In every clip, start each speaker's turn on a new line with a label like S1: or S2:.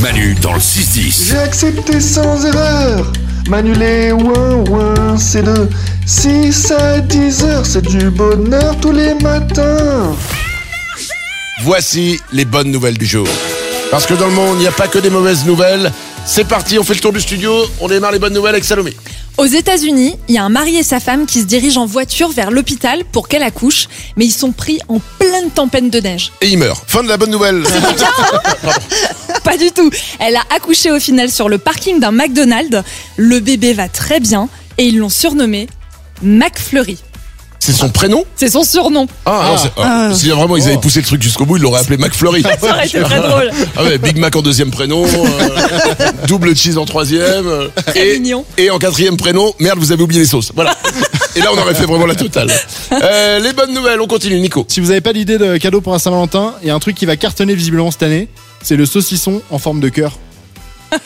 S1: Manu dans le 6-10.
S2: J'ai accepté sans erreur. Manuler, ouin, ouin, c'est de 6 à 10 heures. C'est du bonheur tous les matins.
S3: Voici les bonnes nouvelles du jour. Parce que dans le monde, il n'y a pas que des mauvaises nouvelles. C'est parti, on fait le tour du studio, on démarre les bonnes nouvelles avec Salomé.
S4: Aux États-Unis, il y a un mari et sa femme qui se dirigent en voiture vers l'hôpital pour qu'elle accouche, mais ils sont pris en pleine tempête de neige.
S3: Et il meurt. Fin de la bonne nouvelle.
S4: Pas du tout. Elle a accouché au final sur le parking d'un McDonald's. Le bébé va très bien et ils l'ont surnommé McFlurry.
S3: C'est son prénom
S4: C'est son surnom.
S3: Ah, non, c'est- ah, si vraiment ils avaient poussé le truc jusqu'au bout, ils l'auraient appelé McFlurry.
S4: Ça aurait été très drôle.
S3: Ah ouais, Big Mac en deuxième prénom, euh, double cheese en troisième, euh,
S4: Très
S3: et,
S4: mignon.
S3: et en quatrième prénom, merde, vous avez oublié les sauces. Voilà. Et là, on aurait fait vraiment la totale. Euh, les bonnes nouvelles, on continue, Nico.
S5: Si vous n'avez pas d'idée de cadeau pour la Saint-Valentin, il y a un truc qui va cartonner visiblement cette année, c'est le saucisson en forme de cœur. C'est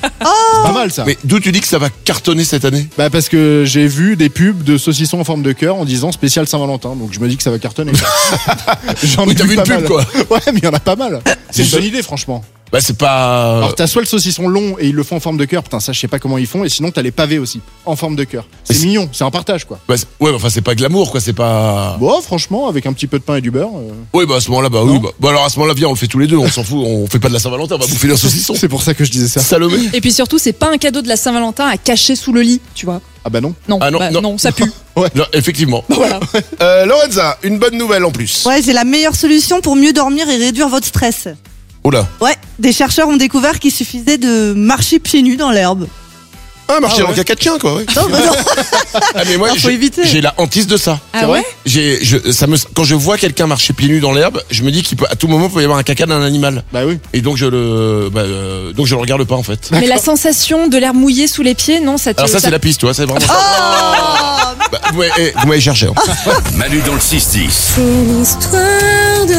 S5: pas mal ça.
S3: Mais d'où tu dis que ça va cartonner cette année
S5: Bah parce que j'ai vu des pubs de saucissons en forme de cœur en disant spécial Saint-Valentin, donc je me dis que ça va cartonner. J'en
S3: Oui, t'as vu une
S5: pas
S3: pub,
S5: mal.
S3: quoi.
S5: Ouais, mais il y en a pas mal. C'est une
S3: sûr.
S5: bonne idée franchement.
S3: Bah, c'est pas.
S5: Alors t'as soit le saucisson long et ils le font en forme de cœur, putain ça je sais pas comment ils font, et sinon t'as les pavés aussi en forme de cœur.
S3: Mais
S5: C'est
S3: c'est-
S5: mignon, c'est un partage quoi.
S3: Bah, c'est- ouais, mais enfin, c'est pas glamour, quoi. C'est pas.
S5: Bon franchement avec un petit peu de pain et du beurre, euh,
S3: Oui, bah, à ce moment-là, bah, oui. Bah, bah, alors, à ce moment-là, viens, on le fait tous les deux. On s'en fout. On fait pas de la Saint-Valentin. On va bouffer un saucisson.
S5: c'est pour ça que je disais ça.
S3: Salomé.
S4: Et puis surtout, c'est pas un cadeau de la Saint-Valentin à cacher sous le lit, tu vois.
S5: Ah bah non.
S4: Non,
S3: Ah non,
S4: bah,
S3: non.
S4: ça pue.
S3: Non, effectivement. Euh, Lorenza, une bonne nouvelle en plus.
S6: Ouais, c'est la meilleure solution pour mieux dormir et réduire votre stress.
S3: Oh là.
S6: Ouais, des chercheurs ont découvert qu'il suffisait de marcher pieds nus dans l'herbe.
S3: Ah, marcher
S5: Ah,
S3: dans
S5: ouais.
S3: le caca de chien, quoi. ouais. Ah, mais moi,
S6: faut
S3: j'ai-
S6: éviter.
S3: j'ai la hantise de ça.
S4: Ah ouais
S3: J'ai, je, ça me, quand je vois quelqu'un marcher pieds nus dans l'herbe, je me dis qu'il peut, à tout moment, il peut y avoir un caca d'un animal.
S5: Bah oui.
S3: Et donc je le, bah, euh, donc je le regarde pas en fait.
S4: Mais la sensation de l'air mouillé sous les pieds, non, ça te.
S3: Alors ça, c'est la piste, tu vois, c'est vraiment. Bah, vous m'avez- eh, vous m'avez cherché. hein.
S1: Manu dans le 6-10.
S7: Une histoire de